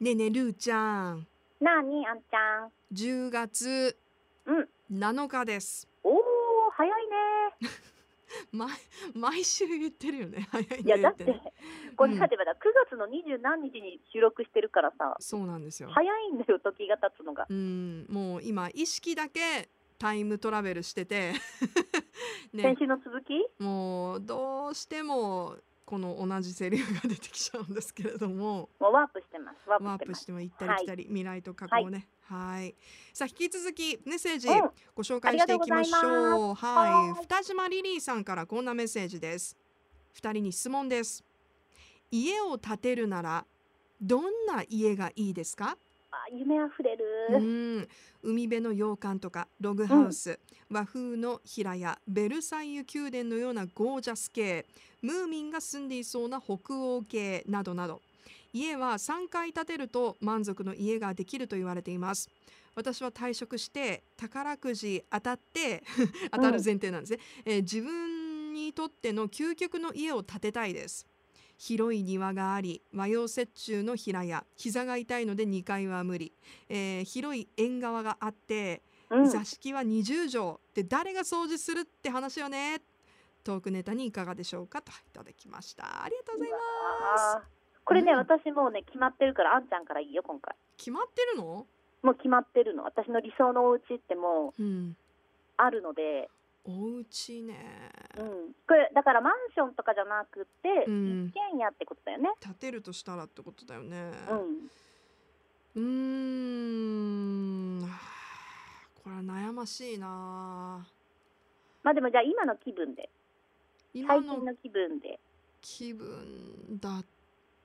ねえねえルーちゃんなあにあんちゃん。 10月うん。 7日ですおお、早いね。毎毎週言ってるよね 早いねいや、だって言ね、これだってまだ9月の二十何日に収録してるからさ、そうなんですよ早いんだよ、時が経つのが。うんもう今意識だけタイムトラベルしてて ね先週の続きもうどうしてもこの同じセリフが出てきちゃうんですけれどももうワープしてます。ワワーープしてプましす。ても行ったり来たり、未来と過去をねはいさあ引き続きメッセージうんご紹介していきましありがとょうははいーい二島リリーさんからこんなメッセージです二人に質問です家を建てるならどんな家がいいですかあ、夢あふれうる。ん海辺の洋館とかログハウス、和風の平屋ベルサイユ宮殿のようなゴージャス系ムーミンが住んでいそうな北欧系などなど家は3階建てると満足の家ができると言われています私は退職して宝くじ当たって 当たる前提なんですね、えー自分にとっての究極の家を建てたいです広い庭があり和洋折衷の平屋膝が痛いので2階は無理えー広い縁側があって、うん。座敷は20畳で誰が掃除するって話よねトークネタにいかがでしょうかといただきましたありがとうございますあーこれね、うん私もうね、決まってるから、あんちゃんからいいよ、今回。決まってるのもう決まってるの。私の理想のお家ってもううんあるので、お家ねうん。これ、だからマンションとかじゃなくて、うん一軒家ってことだよね。建てるとしたらってことだよねうん。うーんはあこれは悩ましいなまあでもじゃあ今の気分で、今最近のの気分で。気分だっ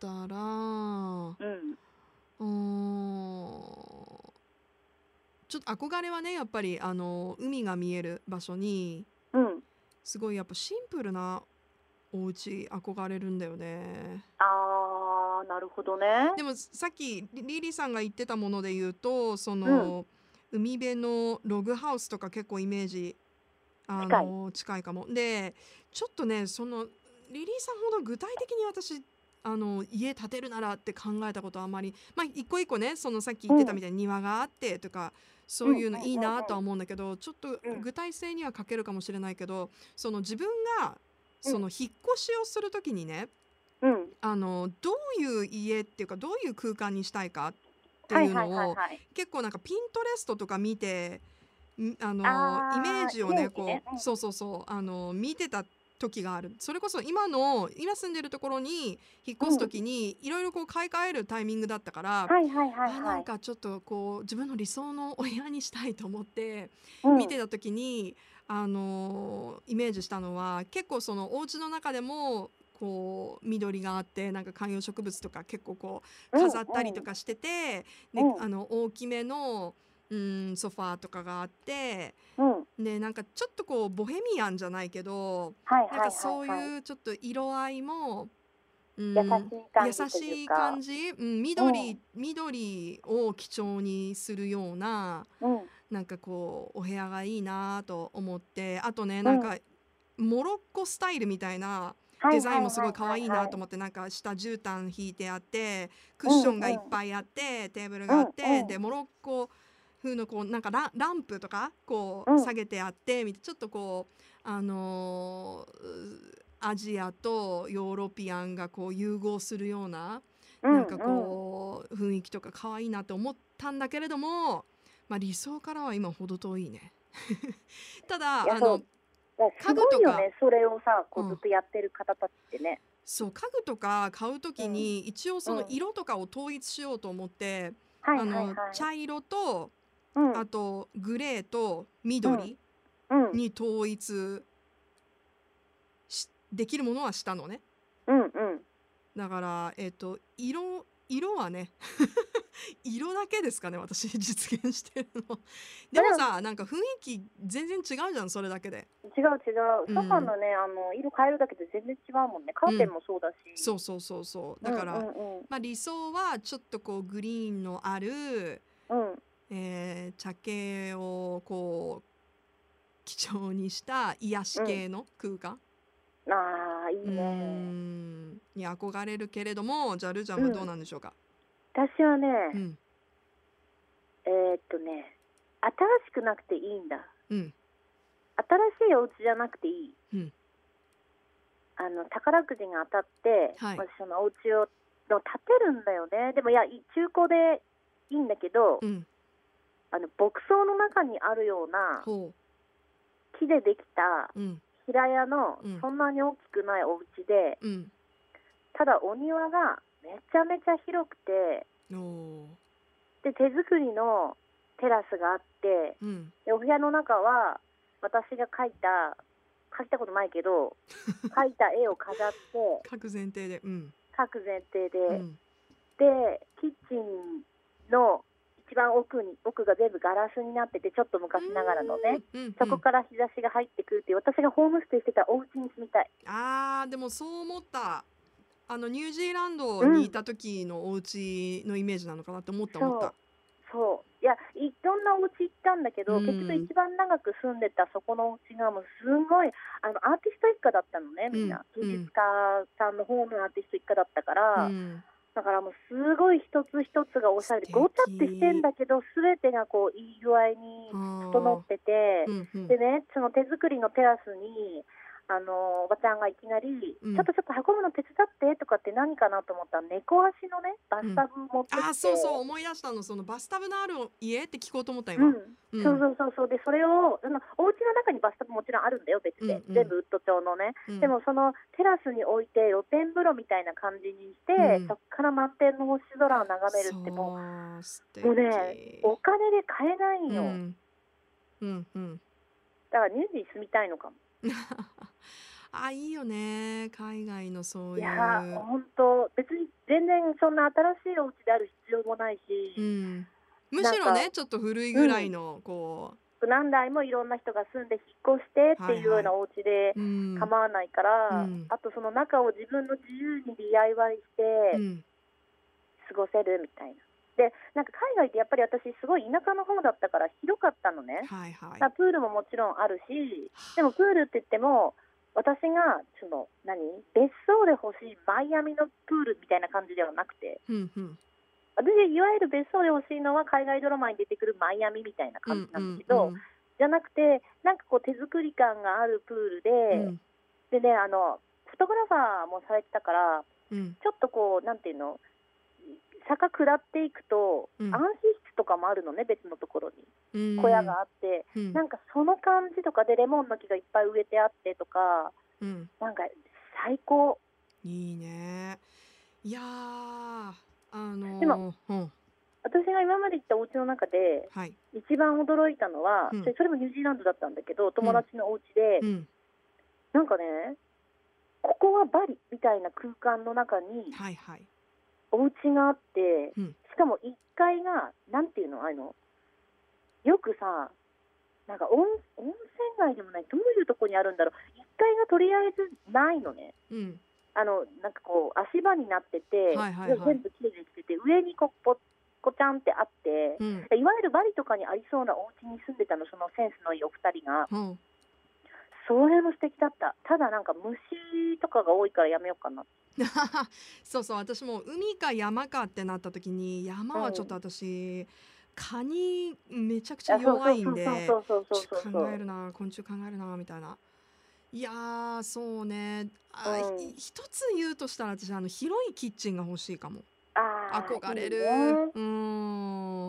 たらうん。うーんちょっと憧れはねやっぱりあの海が見える場所にうん。すごいやっぱシンプルなお家憧れるんだよねあー、なるほどね。でもさっきリリリーさんが言ってたもので言うとその、海辺のログハウスとか結構イメージあの近いかもでちょっとねそのリリーさんほど具体的に私あの家建てるならって考えたことあんまりまあ一個一個ねそのさっき言ってたみたいに庭があってとか、そういうのいいなとは思うんだけど、ちょっとうん具体性には欠けるかもしれないけどその自分がその引っ越しをするときにね、うん。あのどういう家っていうかどういう空間にしたいかってはいいうはいはいのをはい。結構なんかピントレストとか見てんあのあーイメージをイメねージこうねうんそうそうそうあの見てた時があるそれこそ今の今住んでるところに引っ越す時にいろいろこう買い替えるタイミングだったから、はいはいはあいなはんい。かちょっとこう自分の理想のお部屋にしたいと思ってうん見てた時に、あのーイメージしたのは結構そのお家の中でもこう緑があってなんか観葉植物とか結構こう飾ったりと。かしてて、うんね、あの大きめのうんソファーとかがあってうん。うんでなんかちょっとこうボヘミアンじゃないけどはいなはんいはかい。そうはい。いうちょっと色合いも、うん優しい感じ優しい感じ、というか。うん、緑、緑を基調にするようなうん。なんかこうお部屋がいいなと思ってあとねなんか、モロッコスタイルみたいなデザインもすごい可愛いなと思思ってなんか下絨毯引いてあってクッションがいっぱいあってテーブルがあっうんうてんでモロッコ風のこうなんかランランプとかこううん下げてあってみたいちょっとこうあのーアジアとヨーロピアンがこう融合するようなうなんかこう雰囲気とか可愛いなって思ったんだけれどもまあ理想からは今ほど遠いね。 ただいやあそのううん。家具すとごかいよね。それをさ、こうんうずっとやってる方たちってね。そう家具とか買うときに一応そのうん色とかを統一しようと思って、はいあはいの、はい。茶色とうん。あとグレーと緑うん。に統一しできるものはしたのねうんうん。だからえっ、と色色はね 色だけですかね私 実現してるのでもさなんか雰囲気全然違うじゃんそれだけで違う違う。ソファのね、あの色変えるだけで全然違うもんね。カーテンもそうだし。そうそうそうそうだから、うんうんまあ、理想はちょっとこうグリーンのあるうん。うんえー茶系をこう基調にした癒し系の空間、ああ、いいうーね。んに憧れるけれどもじゃあルーちゃんはどうなんでしょうか、私はね、うんえーっとね新しくなくていいんだうん新しいお家じゃなくていい、うんあの宝くじが当たって、はいまあ、そのお家をの建てるんだよねでもいやい中古でいいんだけど、うんあの牧草の中にあるようなほ木でできたううん平屋のうんそんなに大きくないお家で、うんただお庭がめちゃめちゃ広くておおで手作りのテラスがあってーうんでお部屋の中は私が描いた描いたことない けど描いた絵を飾って各前提でうん描く前提で、うんでキッチンの一番奥に奥が全部ガラスになっててちょっと昔ながらのねうんうんそこから日差しが入ってくるっていう私がホームステイしてたお家に住みたいあーでもそう思ったあのニュージーランドにいた時のお家のイメージなのかなって思った思ったそういやいろんなお家行ったんだけど、うん結局一番長く住んでたそこのお家がもうすんごいあのアーティスト一家だったのねみんな、うん芸術家さんの方のアーティスト一家だったかうら、んだからもうすごい一つ一つがおしゃれで素敵ごちゃってしてんだけど全てがこういい具合にあ整っててー、うんうんでねその手作りのテラスにあのおばちゃんがいきなり、うんちょっとちょっと運ぶの手伝ってとかって何かなと思ったら猫足のねバスタブ持ってきて、あーそうそう思い出したのそのバスタブのある家って聞こうと思ったう今、ん、うんそうそうそうそうでそれをあのお家の中にバスタブもちろんあるんだよ別で、うんうん全部ウッド調のね、うんでもそのテラスに置いて露天風呂みたいな感じにして、うんそっから満天の星空を眺めるってもそう素敵もうねうお金で買えなういよ、んうんうん、 だからニュージーに住みたいのかも、あいいよね海外のそういいうやー本当別に全然そんな新しいお家である必要もないし、うん、むしろなんねちょっと古いぐらいの、こ何台もいろんな人が住んで引っ越してっていうようなお家でう、うん、構わないから、うんあとその中を自分の自由に DIY して、うん過ごせるみたいな。でなんか海外ってやっぱり私すごい田舎の方だったから広かったのね。はいはいまあ、プールももちろんあるしでもプールって言っても私がその何別荘で欲しいマイアミのプールみたいな感じではなくてうんうん私いわゆる別荘で欲しいのは海外ドラマに出てくるマイアミみたいうな感んじうなんんだけど、うんじゃなくてなんかこう手作り感があるプールで、うんでねあのフォトグラファーもされてたからうんちょっとこうなんていうの坂下っていくと、うん暗視室とかもあるのね別のところうにん小屋があって、うんなんかその感じとかでレモンの木がいっぱい植えてあってとかうんなんか最高いいねいやーあのー、でもうん私が今まで行ったお家の中ではい一番驚いたのは、うんそれそれもニュージーランドだったんだけど友達のお家で、うんなんかねここはバリみたいな空間の中にはいはいお家があって、うんしかも1階がなんていうのあのよくさなんか温温泉街でもないどういうとこにあるんだろう1階がとりあえずないのねうんあのなんかこう足場になってて、はいはいはい全部木でできてて上にこうぽこちゃんってあってう、んでいわゆるバリとかにありそうなお家に住んでたのそのセンスのいいお二人がうん それも素敵だったただなんか虫とかが多いからやめようかなそうそう私も海か山かってなった時に山はちょっと私、蚊にめちゃくちゃ弱いんであそうそうそうちそょうっそうそとう考えるな昆虫考えるなみたいないやーそうねあ、うんい一つ言うとしたら私あの広いキッチンが欲しいかもあー憧れるいいねうー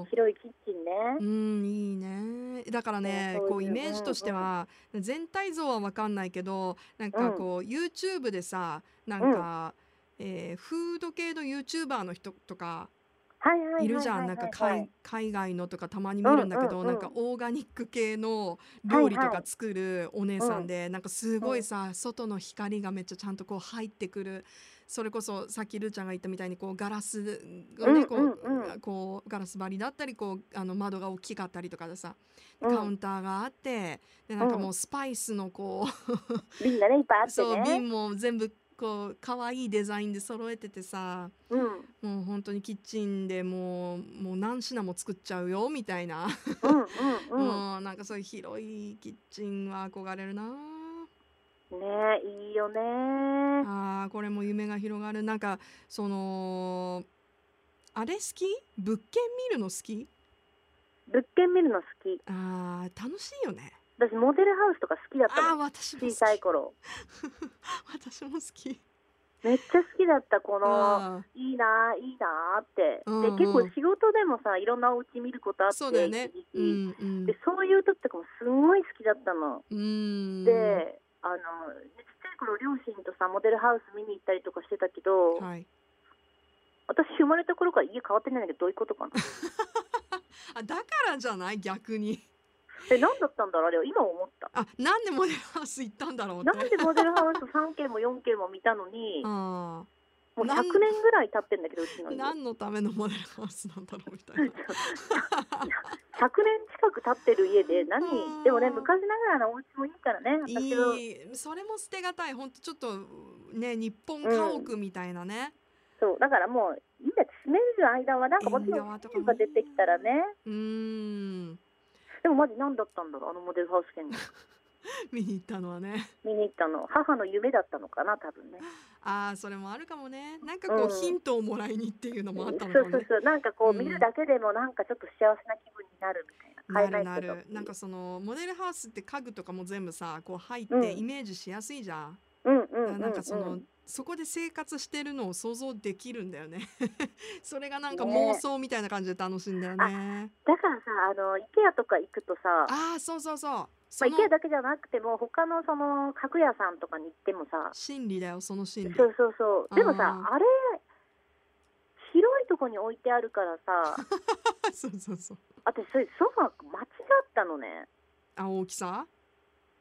ん広いキッチンね。うんいいねだからねそうこそうういうイメージとしては全体像は分かんないけどなんかこう YouTube でさなんか、えーフード系の YouTuber の人とかはいはいはいはいるじゃんなんか海海外のとかたまに見るんだけど、うんうんうなんんかオーガニック系の料理とはいはかい作るお姉さんで、なんかすごいさ、外の光がめっちゃちゃんとこう入ってくるそれこそさっきルーちゃんが言ったみたいにこうガラスがね、こううんうんうんこうガラス張りだったりこうあの窓が大きかったりとかでさでうんカウンターがあって、でなんかもうスパイスのこう、みんなねいっぱいあってそうね。瓶も全部こう可愛いデザインで揃えててさ。うんうんもう本当にキッチンでもうもう何品も作っちゃうよみたいな、う んうんなんかそういう広いキッチンは憧れるなうん。ねえいいよね。あーこれも夢が広がるなんかそのあれ好き物件見るの好き物件見るの好きあー楽しいよね私モデルハウスとか好きだっあたーの私も好小きさい頃 私も好きめっちゃ好きだったこのあいいなーいいなーって、うんうんで結構仕事でもさいろんなお家見ることあっーてそうだよね一時期うんうんでそういう時とかもすごい好きだったの。うんで、あのちっちゃい頃両親とさモデルハウス見に行ったりとかしてたけど、はい私生まれた頃から家変わってないんだけどどういう ことかなあだからじゃない逆にで何だったんだろうあれは今思ったあなんで モデルハウス行ったんだろうってなんでモデルハウス3軒も4軒も見たのにあもう100なん年ぐらい経ってんだけどうちのー家100何のためのモデルハウスなんだろうみた いな年近く経ってる家で何うんでもね昔ながらのお家もいいからねい私のいそれも捨てがたい本当ちょっとね日本家屋みたいなね、そうだからもういいんだよ住める間はなんかもちろん縁側とか人もが出てきたらねうーんでもマジ何だったんだろうあのモデルハウス見に見に行ったのはね見に行ったの母の夢だったのかな多分ねああそれもあるかもねなんかこう、うんヒントをもらいにっていうのもあったのそかうそもうねそうなんかこううん見るだけでもなんかちょっと幸せな気分になるみたいなな買えるなないけどるなんかそのモデルハウスって家具とかも全部さこう入っうんてイメージしやすいじゃん、うんうだんうんかうらんなんかその、そこで生活してるのを想像できるんだよね それがなんか妄想みたいな感じで楽しいんだよねだからさあの IKEA とか行くとさああそうそうそうまそあ、の IKEA だけじゃなくても他のその家具屋さんとかに行ってもさ心理だよその心理そうそうそうでもさああれ広いとこに置いてあるから さ そうそうそう私それソファー間違ったのねあ大きさ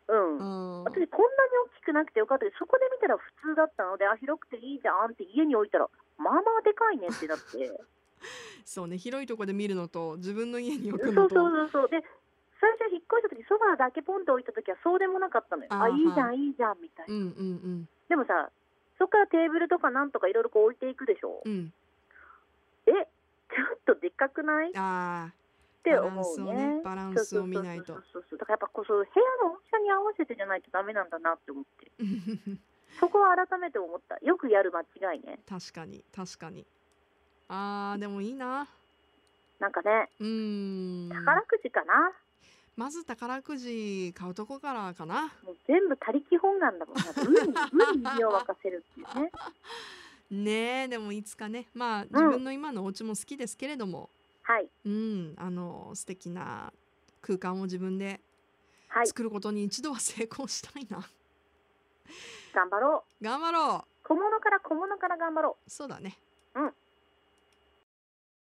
うんうん私こんなに大きくなくてよかったけどそこで見たら普通だったのであ広くていいじゃんって家に置いたらまあまあでかいねってなってそうね広いとこで見るのと自分の家にそ置うくそのうとそうそうで最初引っ越した時ソファーだけポンと置いた時はそうでもなかったのよああーいいじゃんいいじゃんみたいな、うんうんでもさそこからテーブルとかなんとかいろいろこう置いていくでしょ、うんうんえちょっとでっかくないっあて思うねバランスをねバランそうスそうを見ないとそうそうそうだからやっぱこうそう部屋の大きさに合わせてじゃないとダメなんだなって思ってーそこは改めて思ったよくやる間違いね 確かに確かにあーでもいいななんかねうーん宝くじかな、まず宝くじ買うとこからかなもう全部他力本願だもんな運に運に身を任せるっていうねねえでもいつかねまあ自分の今のお家も好きですけれどもはいうんあの素敵な空間を自分ではい作ることに一度は成功したいな頑張ろ頑張ろうう小物から小物から頑張ろそうだね